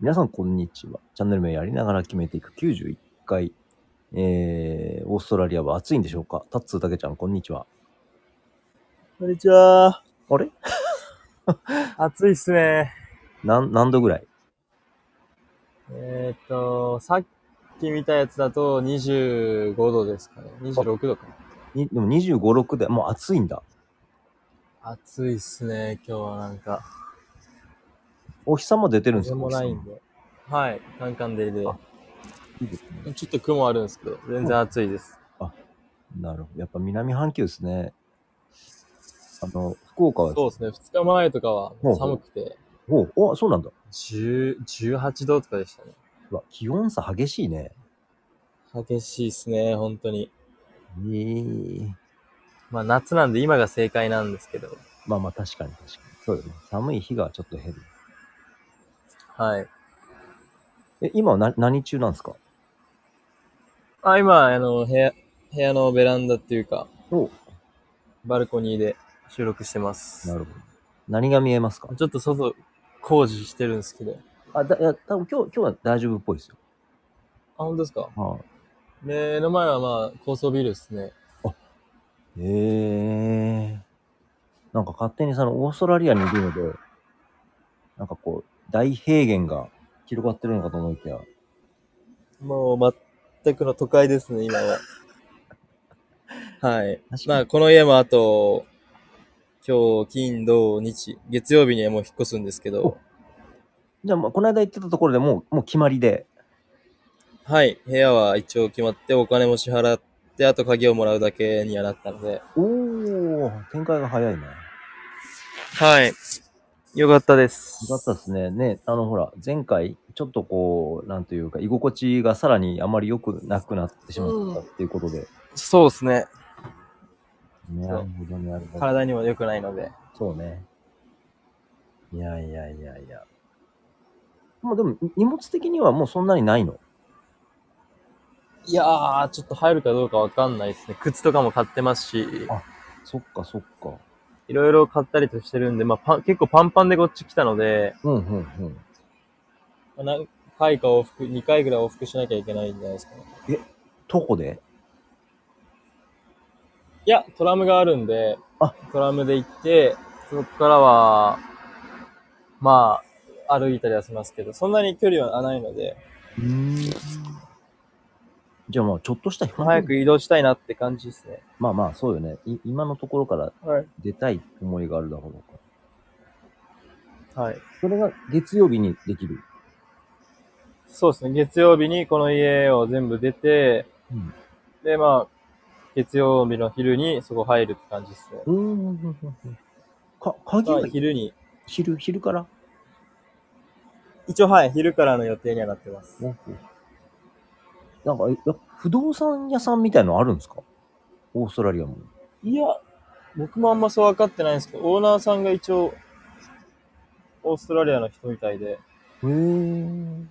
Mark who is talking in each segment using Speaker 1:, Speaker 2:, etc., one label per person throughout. Speaker 1: 皆さん、こんにちは。チャンネル名やりながら決めていく91回。えー、オーストラリアは暑いんでしょうかタッツーたけちゃん、こんにちは。
Speaker 2: こんにちは。
Speaker 1: あれ
Speaker 2: 暑いっすね。
Speaker 1: なん、何度ぐらい
Speaker 2: えーっと、さっき見たやつだと25度ですかね。26度か
Speaker 1: にでも25、6で、もう暑いんだ。
Speaker 2: な。暑いっすね、今日はなんか。
Speaker 1: お日様出てるんです
Speaker 2: 風
Speaker 1: か
Speaker 2: もないんで。はい、カンカンデリで
Speaker 1: あ。いいですね。
Speaker 2: ちょっと雲あるんですけど、全然暑いです。
Speaker 1: なるほど。やっぱ南半球ですね。あの、福岡は、
Speaker 2: そうですね、2日前とかは
Speaker 1: ほう
Speaker 2: 寒くて、
Speaker 1: おうお、そうなんだ。
Speaker 2: 10 18度とかでしたね。
Speaker 1: うわ気温差激しいね。
Speaker 2: 激しいっすね、本当に。
Speaker 1: えー、
Speaker 2: まあ夏なんで今が正解なんですけど。
Speaker 1: まあまあ、確かに確かに。そうよね。寒い日がちょっと減る。
Speaker 2: はい。
Speaker 1: え、今は何何中なんですか
Speaker 2: あ、今、あの、部屋、部屋のベランダっていうか、
Speaker 1: お
Speaker 2: バルコニーで収録してます。
Speaker 1: なるほど。何が見えますか
Speaker 2: ちょっと外工事してるんですけど。あ、
Speaker 1: あ、だ、いや、多分今日、今日は大丈夫っぽいですよ。
Speaker 2: 本当ですか
Speaker 1: はい、
Speaker 2: 目の前はまあ高層ビルですね。
Speaker 1: えー。なんか勝手にそのオーストラリアにいるので、なんかこう、大平原が広がってるのかと思いきや、
Speaker 2: もう全くの都会ですね、今は。はい。
Speaker 1: 確か
Speaker 2: ま
Speaker 1: に
Speaker 2: あこの家もあと、今日、金、土、日、月曜日にはもう引っ越すんですけど、
Speaker 1: じゃあ、まあ、この間言ってたところでもう、もう決まりで。
Speaker 2: はい、部屋は一応決まって、お金も支払って、あと鍵をもらうだけにはなったので、
Speaker 1: おー、展開が早いね。
Speaker 2: はい。よかったです。
Speaker 1: よかったですね。ね、あの、ほら、前回、ちょっとこう、なんというか、居心地がさらにあまり良くなくなってしまったっていうことで。
Speaker 2: そうですね。
Speaker 1: なるほど、なるほど。
Speaker 2: 体にも良くないので。
Speaker 1: そうね。いやいやいやいや。もうでも、荷物的にはもうそんなにないの。
Speaker 2: いやー、ちょっと入るかどうかわかんないですね。靴とかも買ってますし、
Speaker 1: そっかそっか。
Speaker 2: いろいろ買ったりとしてるんで、まあパン、結構パンパンでこっち来たので、
Speaker 1: うんうんうん。
Speaker 2: まあ何回か往復、2回ぐらい往復しなきゃいけないんじゃないですかね。
Speaker 1: 徒歩で
Speaker 2: いや、トラムがあるんで、
Speaker 1: あ
Speaker 2: トラムで行って、そこからは、まあ、歩いたりはしますけど、そんなに距離はないので、
Speaker 1: うん。じゃあまあ、ちょっとした
Speaker 2: 早く移動したいなって感じですね。
Speaker 1: まあまあ、そうよね。い今のところから
Speaker 2: はい。
Speaker 1: 出たい思いがあるだろうから。
Speaker 2: はい。
Speaker 1: それが月曜日にできる。
Speaker 2: そうですね。月曜日にこの家を全部出て、
Speaker 1: うん
Speaker 2: で、まあ、月曜日の昼にそこ入るって感じですね。
Speaker 1: うん。か、鍵
Speaker 2: ま
Speaker 1: は
Speaker 2: あ、昼に、
Speaker 1: 昼、昼から
Speaker 2: 一応はい、昼からの予定にはなってます。
Speaker 1: なんか、えや不動産屋さんみたいのあるんですかオーストラリアも。
Speaker 2: いや、僕もあんまそう分かってないんですけど、オーナーさんが一応、オーストラリアの人みたいで、
Speaker 1: へえ。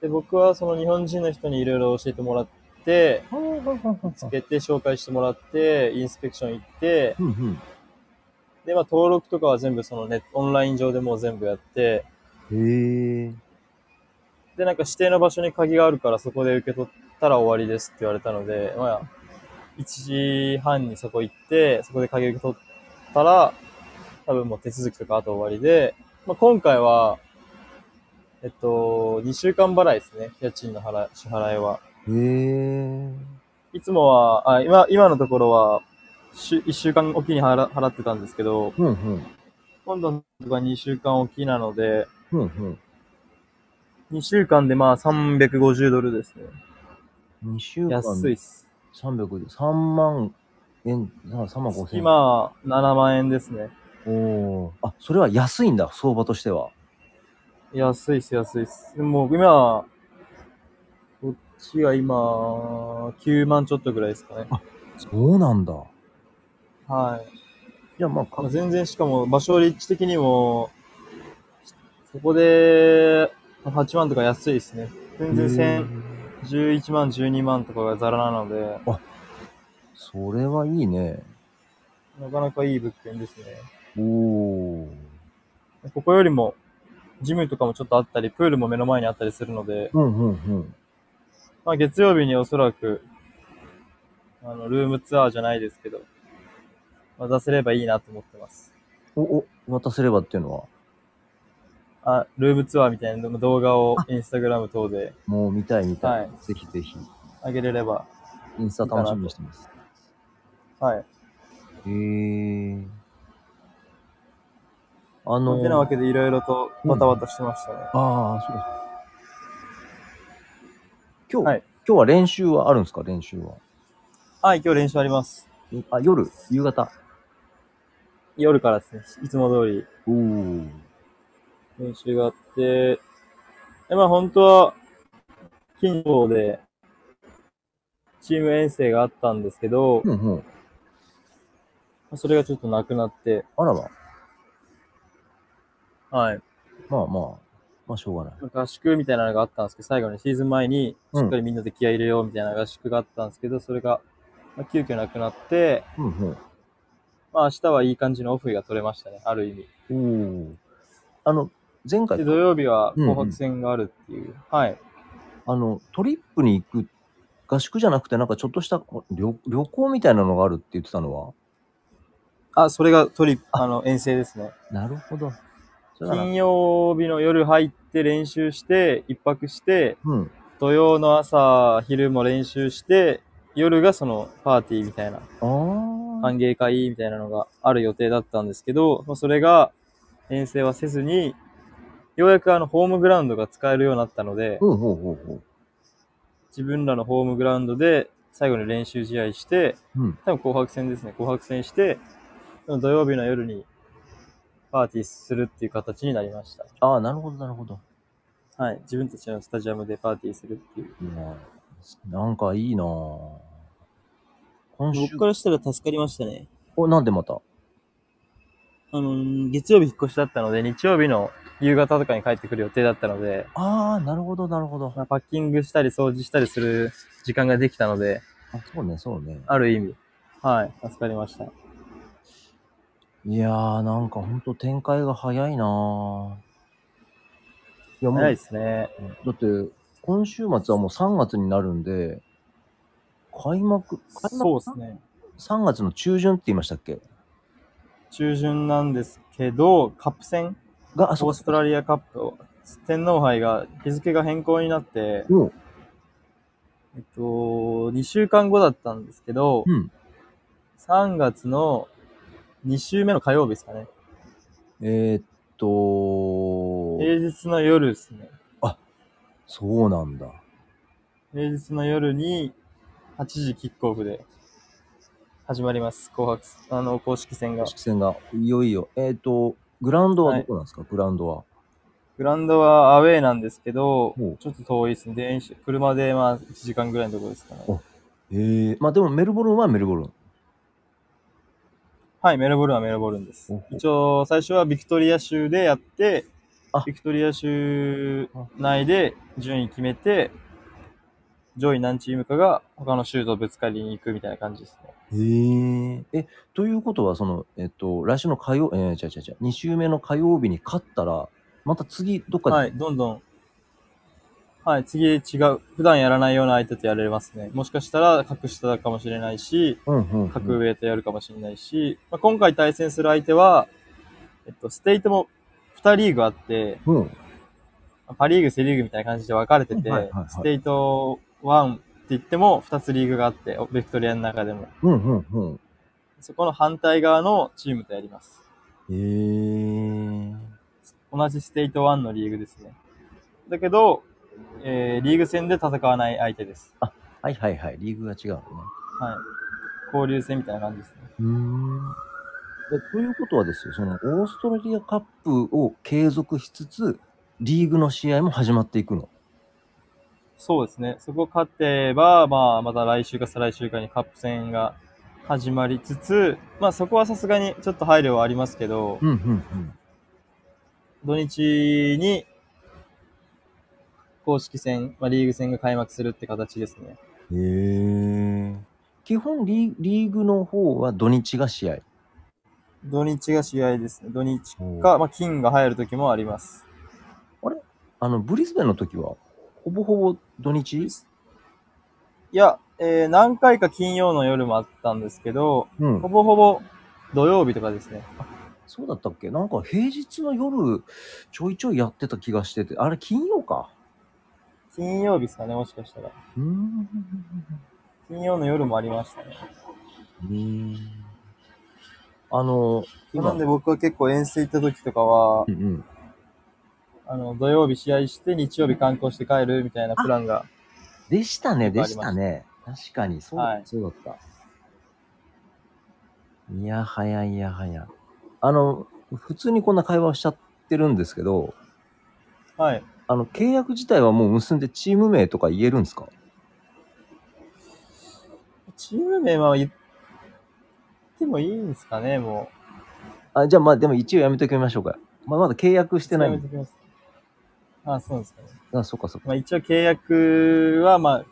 Speaker 2: で、僕はその日本人の人にいろいろ教えてもらって、つけて紹介してもらって、インスペクション行って、
Speaker 1: うんうん。
Speaker 2: で、まあ登録とかは全部そのネット、オンライン上でもう全部やって、
Speaker 1: へえ。
Speaker 2: で、なんか指定の場所に鍵があるからそこで受け取ったら終わりですって言われたので、まあ、1時半にそこ行って、そこで鍵受け取ったら、多分もう手続きとかあと終わりで、まあ、今回は、えっと、2週間払いですね。家賃の払い支払いは。
Speaker 1: へえ。
Speaker 2: いつもは、あ今、今のところは、週1週間おきに払払ってたんですけど、
Speaker 1: うんうん。
Speaker 2: 今度のとこは2週間おきなので、
Speaker 1: うんうん。
Speaker 2: 2週間でまあ350ドルですね。
Speaker 1: 2週間
Speaker 2: 安いっす。
Speaker 1: 300、3万円、あ3万5千円。
Speaker 2: 今、7万円ですね。
Speaker 1: おおー。あ、それは安いんだ、相場としては。
Speaker 2: 安いっす、安いっす。でも、今、こっちが今、9万ちょっとぐらいですかね。
Speaker 1: そうなんだ。
Speaker 2: はい。
Speaker 1: じゃあまあ、
Speaker 2: まあ
Speaker 1: か
Speaker 2: 全然、しかも、場所立地的にも、そこで、8万とか安いですね。全
Speaker 1: へ
Speaker 2: 然千
Speaker 1: ー
Speaker 2: 11万、12万とかがザラなので、
Speaker 1: それはいいね。
Speaker 2: なかなかいい物件ですね。
Speaker 1: おお。
Speaker 2: ここよりも、ジムとかもちょっとあったり、プールも目の前にあったりするので、
Speaker 1: うんうんうん。
Speaker 2: まあ、月曜日におそらく、あの、ルームツアーじゃないですけど、まあ、出せればいいなと思ってます。
Speaker 1: お、お、渡せればっていうのは、
Speaker 2: あ、ルームツアーみたいな動画をインスタグラム等で
Speaker 1: もう見たい見たい。
Speaker 2: は
Speaker 1: ぜひぜひ、
Speaker 2: 上げれれば、
Speaker 1: インスタ楽しみにしてます。
Speaker 2: はい。
Speaker 1: へえ。あの
Speaker 2: てなわけでいろいろとバタバタしてましたね。
Speaker 1: ああ、そうです。今日、
Speaker 2: はい
Speaker 1: 今日は練習はあるんですか練習は。
Speaker 2: はい、今日練習あります。
Speaker 1: んあ、夜、夕方。
Speaker 2: 夜からですね、いつも通り
Speaker 1: おお。
Speaker 2: 練習があって、でまあ本当は、近所で、チーム遠征があったんですけど、
Speaker 1: うんうん。
Speaker 2: それがちょっとなくなって、
Speaker 1: あらま、
Speaker 2: はい。
Speaker 1: まあまあ、まあしょうがない。
Speaker 2: 合宿みたいなのがあったんですけど、最後にシーズン前に、
Speaker 1: うん
Speaker 2: しっかりみんなで気合い入れようみたいな合宿があったんですけど、それが、まあ、急遽なくなって、
Speaker 1: うん
Speaker 2: まあ明日はいい感じのオフが取れましたね、ある意味。
Speaker 1: うん。おお。あの、前回
Speaker 2: で、、土曜日は
Speaker 1: うんうん
Speaker 2: 紅白戦があるっていう、はい。
Speaker 1: あの、トリップに行く、合宿じゃなくて、なんかちょっとした旅旅行みたいなのがあるって言ってたのは
Speaker 2: あ、それがトリあの、遠征ですね。
Speaker 1: なるほど。それなら
Speaker 2: 金曜日の夜入って練習して、一泊して、
Speaker 1: うん。
Speaker 2: 土曜の朝、昼も練習して、夜がそのパーティーみたいな、
Speaker 1: ああ。
Speaker 2: 歓迎会みたいなのがある予定だったんですけど、まあそれが遠征はせずに、ようやくあのホームグラウンドが使えるようになったので、
Speaker 1: うん、ほうほうほ
Speaker 2: 自分らのホームグラウンドで最後に練習試合して、
Speaker 1: う。うん。
Speaker 2: 多分紅白戦ですね、紅白戦して、土曜日の夜にパーティーするっていう形になりました。
Speaker 1: ああ、なるほど、なるほど。
Speaker 2: はい。自分たちのスタジアムでパーティーするっていう。
Speaker 1: いやなんかいいなぁ。今週
Speaker 2: 僕、からしたら助かりましたね。
Speaker 1: お、なんでまた
Speaker 2: あのー、月曜日引っ越しだったので、日曜日の夕方とかに帰ってくる予定だったので、
Speaker 1: ああ、なるほど、なるほど。
Speaker 2: まあ、パッキングしたり掃除したりする時間ができたので、
Speaker 1: あ、そうね、そうね。
Speaker 2: ある意味、はい、助かりました。
Speaker 1: いやー、なんかほんと展開が早いなぁ。いや、もう、
Speaker 2: 早
Speaker 1: だ
Speaker 2: いですね。
Speaker 1: って、今週末はもう3月になるんで、開幕、開幕
Speaker 2: そうですね。
Speaker 1: 3月の中旬って言いましたっけ
Speaker 2: 中旬なんですけど、カップ戦、
Speaker 1: が、あ、そ
Speaker 2: オー
Speaker 1: う
Speaker 2: ストラリアカップを、天皇杯が日付が変更になって、
Speaker 1: うん。
Speaker 2: えっと、2週間後だったんですけど、
Speaker 1: うん。
Speaker 2: 3月の2週目の火曜日ですかね。
Speaker 1: えー、っと
Speaker 2: 平日の夜ですね。
Speaker 1: そうなんだ。
Speaker 2: 平日の夜に8時キックオフで始まります。紅白、あの、公式戦が
Speaker 1: 式。戦が、いよいよ。えー、っと、グラウンドはどこなんですか、グラウンドは。
Speaker 2: グラウンドはアウェーなんですけど
Speaker 1: ほう、
Speaker 2: ちょっと遠いですね。電車、車でまあ1時間ぐらいのところですかね
Speaker 1: お。ええまあでもメルボルンはメルボルン。
Speaker 2: はい、メルボルンはメルボルンです
Speaker 1: ほうほ。う
Speaker 2: 一応、最初はビクトリア州でやって
Speaker 1: あ、
Speaker 2: ビクトリア州内で順位決めて、上位何チームかが他の州とぶつかりに行くみたいな感じですね。
Speaker 1: えええ、ということは、その、えっと、来週の火曜、えー、ちゃちゃちゃ、2週目の火曜日に勝ったら、また次、どっかで、
Speaker 2: はい、どんどん。はい、次違う。普段やらないような相手とやれますね。もしかしたら格下かもしれないし、
Speaker 1: うんうん、うん。
Speaker 2: 格上とやるかもしれないし、まあ、今回対戦する相手は、えっと、ステイトも2リーグあって、
Speaker 1: うん。
Speaker 2: パリーグ、セリーグみたいな感じで分かれてて、
Speaker 1: はいはいはい
Speaker 2: ステイト1って言っても2つリーグがあって、ベクトリアの中でも。
Speaker 1: うんうんうん。
Speaker 2: そこの反対側のチームとやります。
Speaker 1: ええ
Speaker 2: 同じステイト1のリーグですね。だけど、えーリーグ戦で戦わない相手です。
Speaker 1: はいはいはい、リーグが違うのね。
Speaker 2: はい。交流戦みたいな感じですね。
Speaker 1: うーん。えということはですよ、その、オーストラリアカップを継続しつつ、リーグの試合も始まっていくの。
Speaker 2: そうですね。そこ勝てば、まあ、また来週か再来週かにカップ戦が始まりつつ、まあそこはさすがにちょっと配慮はありますけど、
Speaker 1: うんうん
Speaker 2: 土日に公式戦、まあリーグ戦が開幕するって形ですね。
Speaker 1: うん。ええ基本リー、リーグの方は土日が試合。
Speaker 2: 土日が試合ですね。土日か、まあ金が入る時もあります。
Speaker 1: あの、ブリスベンの時は、ほぼほぼ土日
Speaker 2: いや、えー何回か金曜の夜もあったんですけど、
Speaker 1: うん
Speaker 2: ほ。ぼほぼ土曜日とかですね。
Speaker 1: そうだったっけなんか平日の夜、ちょいちょいやってた気がしてて、あれ金曜か。
Speaker 2: 金曜日ですかね、もしかしたら。
Speaker 1: うーん。
Speaker 2: 金曜の夜もありましたね。
Speaker 1: うーんあの、今
Speaker 2: なんで僕は結構遠征行った時とかは
Speaker 1: う、んうん。
Speaker 2: あの、土曜日試合して、日曜日観光して帰るみたいなプランが、
Speaker 1: でしたね、
Speaker 2: よく
Speaker 1: で
Speaker 2: ありま
Speaker 1: し
Speaker 2: した
Speaker 1: たね。確かに、そう,、
Speaker 2: はい
Speaker 1: そうだった。いやはやいやはや。あの、普通にこんな会話をしちゃってるんですけど、
Speaker 2: はい。
Speaker 1: あの、契約自体はもう結んでチーム名とか言えるんですか
Speaker 2: チーム名は言ってもいいんですかね、もう。
Speaker 1: あ、じゃあまあでも一応やめときましょうか。まあまだ契約してない
Speaker 2: やめ
Speaker 1: ん
Speaker 2: と
Speaker 1: で。
Speaker 2: きます。あ、そうですかね。
Speaker 1: あ、そっかそっか。
Speaker 2: まあ一応契約は、まあ、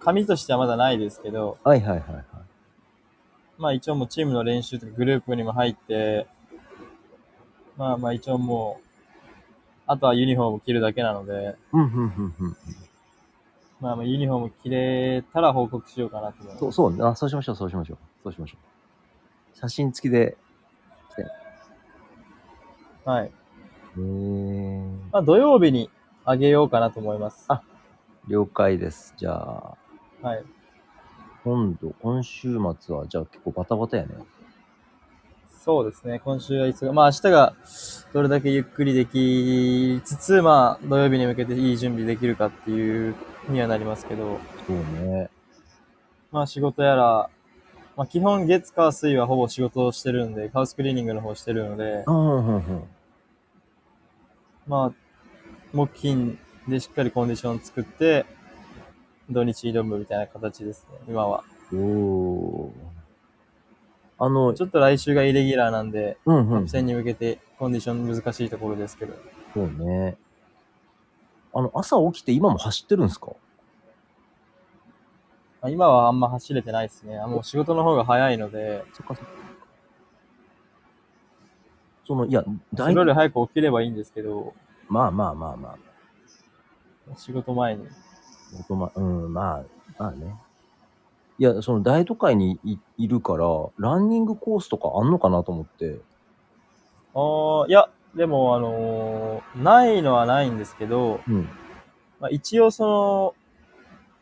Speaker 2: 紙としてはまだないですけど、
Speaker 1: はいはいはいはい。
Speaker 2: まあ一応もうチームの練習とかグループにも入って、まあまあ一応もう、あとはユニフォーム着るだけなので、
Speaker 1: うんうんうんうん。
Speaker 2: まあまあユニフォーム着れたら報告しようかなと思います。
Speaker 1: そう、そうね、あ、そうしましょう、そうしましょう。そうしましょう。写真付きで。
Speaker 2: はい。
Speaker 1: へー
Speaker 2: まあ土曜日にあげようかなと思います。
Speaker 1: あ了解です。じゃあ、
Speaker 2: はい。
Speaker 1: 今度、今週末は、じゃあ結構バタバタやね。
Speaker 2: そうですね。今週は忙まあ明日がどれだけゆっくりできつつ、まあ土曜日に向けていい準備できるかっていうにはなりますけど、
Speaker 1: そうね。
Speaker 2: まあ仕事やら、まあ基本月火水はほぼ仕事をしてるんで、ハウスクリーニングの方してるので、
Speaker 1: うんうんうん。
Speaker 2: まあ、木金でしっかりコンディション作って、土日挑むみたいな形ですね、今は。
Speaker 1: おー。あの、
Speaker 2: ちょっと来週がイレギュラーなんで、
Speaker 1: うんう
Speaker 2: カッ
Speaker 1: ん
Speaker 2: プ。戦に向けてコンディション難しいところですけど。
Speaker 1: そうね。あの、朝起きて今も走ってるんですか
Speaker 2: まあ今はあんま走れてないですね。あもう仕事の方が早いので、
Speaker 1: そっかそっか。その、いや、
Speaker 2: そ
Speaker 1: だ
Speaker 2: れ
Speaker 1: い
Speaker 2: よ
Speaker 1: ぶ
Speaker 2: り、早く起きればいいんですけど、
Speaker 1: まあまあまあまあ。
Speaker 2: 仕事前に。
Speaker 1: 大人うん、まあ、まあね。いや、その大都会にいいるから、ランニングコースとかあんのかなと思って。
Speaker 2: あーいや、でもあのーないのはないんですけど、
Speaker 1: うん。
Speaker 2: まあ、一応その、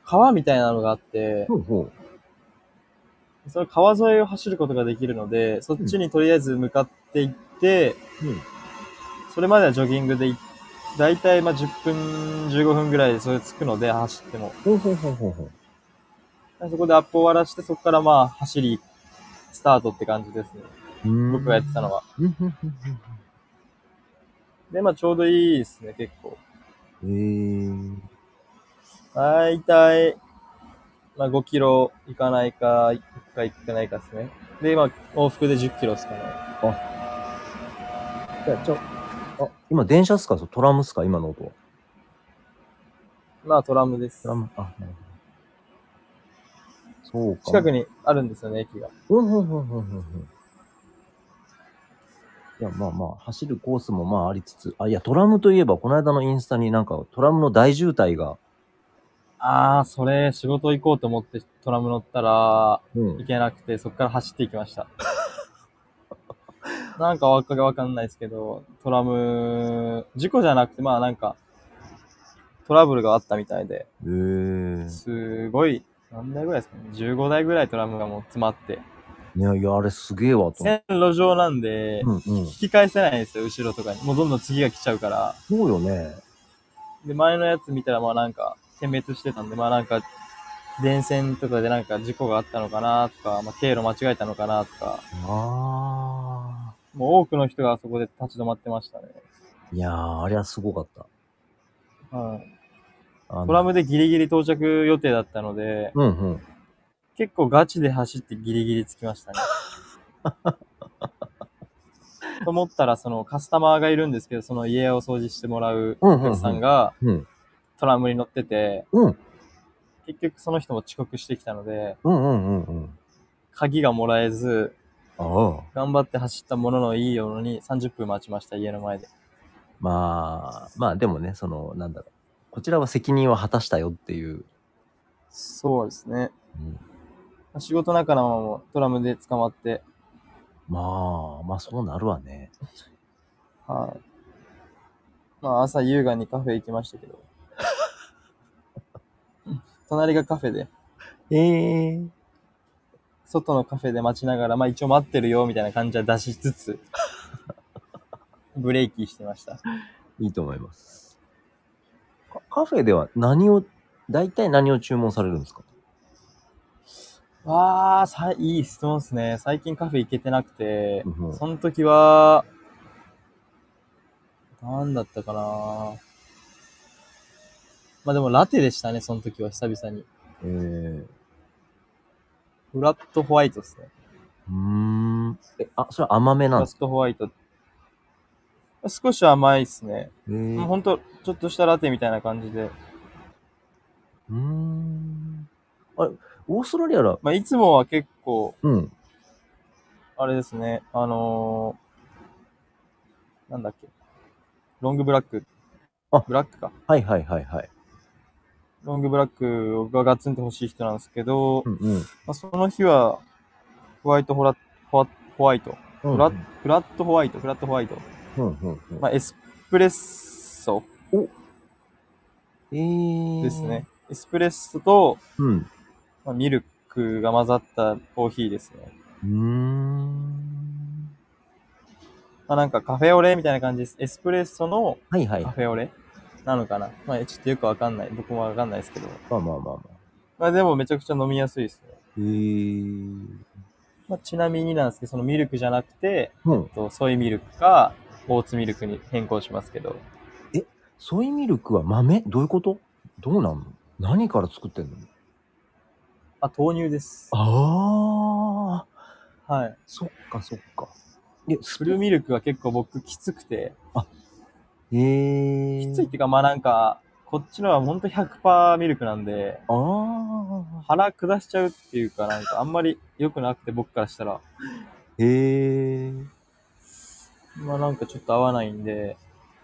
Speaker 2: 川みたいなのがあって、
Speaker 1: ほうほう。
Speaker 2: その川沿いを走ることができるので、そっちにとりあえず向かっていって、
Speaker 1: うん
Speaker 2: それまではジョギングでい、だいたいまあ10分、15分ぐらいでそれ着くので、走っても。
Speaker 1: ほうほうほうほうほう。
Speaker 2: そこでアップ終わらして、そこからまあ走り、スタートって感じですね。僕
Speaker 1: 僕
Speaker 2: がやってたのは。
Speaker 1: うんうん
Speaker 2: で、まあちょうどいいですね、結構。
Speaker 1: うんうん。へ
Speaker 2: だいたい、まあ5キロ行かないか、行くか行かないかですね。で、まあ往復で10キロですかね。
Speaker 1: えー。じゃあ、ちょ、あ、今電車っすかそうトラムっすか今の音は。
Speaker 2: まあトラムです
Speaker 1: ト。ラム、あ、なるほど。そうか。
Speaker 2: 近くにあるんですよね、駅が。
Speaker 1: うんうんうんうんうんうん。いや、まあまあ、走るコースもまあありつつ、あ、いや、トラムといえば、この間のインスタになんか、トラムの大渋滞が、
Speaker 2: ああ、それ、仕事行こうと思ってトラム乗ったら、
Speaker 1: うん
Speaker 2: 行。けなくて、そっから走っていきました。 なんかわかわかんないですけど、トラム、事故じゃなくて、まあなんか、トラブルがあったみたいで、
Speaker 1: えー
Speaker 2: すごい、何台ぐらいですかね ?15 台ぐらいトラムがもう詰まって。
Speaker 1: いや、いや、あれすげえわ、と思って。
Speaker 2: 線路上なんで
Speaker 1: う、んうん。
Speaker 2: 引き返せないんですよ、後ろとかに。もうどんどん次が来ちゃうから。
Speaker 1: そうよね。
Speaker 2: で、前のやつ見たら、まあなんか、点滅してたんで、まあなんか、電線とかでなんか事故があったのかなとか、まあ経路間違えたのかなとか、
Speaker 1: あ
Speaker 2: もう多くの人があそこで立ち止まってましたね。
Speaker 1: ー。いやー、あれはすごかった。
Speaker 2: うん。
Speaker 1: あの
Speaker 2: トラムでギリギリ到着予定だったので、
Speaker 1: うんうん。
Speaker 2: 結構ガチで走ってギリギリ着きましたね。 と思ったら、そのカスタマーがいるんですけど、その家を掃除してもらう
Speaker 1: うん
Speaker 2: お
Speaker 1: うんうん
Speaker 2: 客さんが
Speaker 1: うん。
Speaker 2: トラムに乗ってて、
Speaker 1: うん。
Speaker 2: 結局その人も遅刻してきたので、
Speaker 1: うんうんうんうん。
Speaker 2: 鍵がもらえず、
Speaker 1: ああ。
Speaker 2: 頑張って走ったもののいいように30分待ちました、家の前で。
Speaker 1: まあ、まあでもね、その、なんだろう。こちらは責任を果たしたよっていう。
Speaker 2: そうですね。
Speaker 1: うん
Speaker 2: 仕事仲間もドラムで捕まって、
Speaker 1: まあ、まあそうなるわね。
Speaker 2: はい。まあ、朝優雅にカフェ行きましたけど。 隣がカフェで、
Speaker 1: ええ
Speaker 2: 外のカフェで待ちながら、まあ一応待ってるよみたいな感じは出しつつ、 ブレーキしてました。
Speaker 1: いいと思います。カカフェでは何を、大体何を注文されるんですか
Speaker 2: わー、さいい質問ですね。最近カフェ行けてなくて、
Speaker 1: うん
Speaker 2: その時は、なんだったかなまあでもラテでしたね、その時は久々に。
Speaker 1: ええー。
Speaker 2: フラットホワイトですね。
Speaker 1: うーん。え、あ、それは甘め
Speaker 2: フ
Speaker 1: なん
Speaker 2: ラ
Speaker 1: です
Speaker 2: ットホワイト。少し甘いですね。
Speaker 1: かへえ
Speaker 2: もう
Speaker 1: ー。
Speaker 2: ほんと、ちょっとしたラテみたいな感じで。
Speaker 1: うーん。あれ、オーストラリアは、
Speaker 2: まあいつもは結構、
Speaker 1: うん。
Speaker 2: あれですね、あのー、なんだっけ。ロングブラック。
Speaker 1: あ
Speaker 2: ブラックか。
Speaker 1: はいはいはいはい。
Speaker 2: ロングブラックがガツンと欲しい人なんですけど、
Speaker 1: うんうん。
Speaker 2: まあ、その日は、ホワイトホラホワホワイト、
Speaker 1: うん
Speaker 2: フラッフラットホワイト、フラットホワイト、
Speaker 1: うんうんうん。
Speaker 2: まあ、エスプレッソ
Speaker 1: えー
Speaker 2: ですね。。エスプレッソと、
Speaker 1: うん。
Speaker 2: まあ、ミルクが混ざったコーヒーですね。
Speaker 1: うーん。
Speaker 2: まあ、なんかカフェオレみたいな感じです。エスプレッソの
Speaker 1: はいはい
Speaker 2: カ。フェオレなのかな。まあ、ちょっとよくわかんない。僕もわかんないですけど。
Speaker 1: まあまあまあまあ。
Speaker 2: まあ、でもめちゃくちゃ飲みやすいですね。
Speaker 1: えー。
Speaker 2: まあ、ちなみになんですけど、そのミルクじゃなくて、
Speaker 1: うん。
Speaker 2: えっとソイミルクか、オーツミルクに変更しますけど。
Speaker 1: ソイミルクは豆どういうことどうなんの何から作ってんの
Speaker 2: あ、豆乳です。
Speaker 1: ああ、
Speaker 2: はい。
Speaker 1: そっかそっか。え、ス
Speaker 2: ブルーミルクは結構僕きつくて、
Speaker 1: えー。
Speaker 2: きついっていうか、まあなんか、こっちのはほんと100%ミルクなんで、
Speaker 1: ああ、
Speaker 2: 腹下しちゃうっていうか、なんかあんまり良くなくて僕からしたら、
Speaker 1: へえー。
Speaker 2: まあなんかちょっと合わないんで、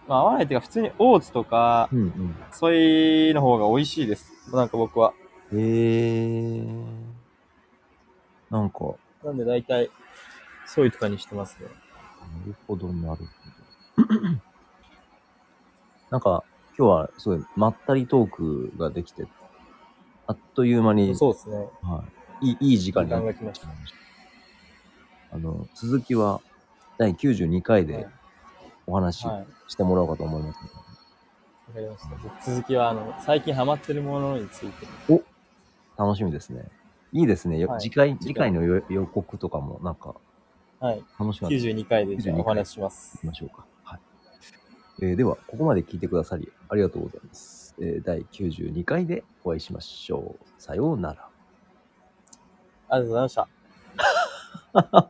Speaker 2: まあ合わないっていうか、普通にオーツとか
Speaker 1: う、ん
Speaker 2: ソイの方が美味しいです。なんか僕は。
Speaker 1: うん。へえー。なんか、
Speaker 2: なんで大体、ソイとかにしてますね。
Speaker 1: なるほど、なるほど。 なんか、今日はすごいまったりトークができて、あっという間に、
Speaker 2: そうですね。
Speaker 1: はい、いいいい時
Speaker 2: 時
Speaker 1: 間にな
Speaker 2: 間
Speaker 1: っ
Speaker 2: が来まし
Speaker 1: ちゃいましたあの、続きは第92回
Speaker 2: た。は
Speaker 1: で
Speaker 2: い。
Speaker 1: お話し
Speaker 2: はい
Speaker 1: してもらおうかと思います、
Speaker 2: わかりました。続きは、あの、最近ハマってるものについて。
Speaker 1: 楽しみですね。いいですね。よ
Speaker 2: はい
Speaker 1: 次回、次
Speaker 2: 次
Speaker 1: 回
Speaker 2: 回
Speaker 1: の予予告とかもなんか
Speaker 2: はい。
Speaker 1: 楽しかった。い
Speaker 2: 92回でじゃあお話しします。
Speaker 1: きましょうか。はい。えーでは、ここまで聞いてくださりありがとうございます。えー第92回でお会いしましょう。さようなら。
Speaker 2: ありがとうございました。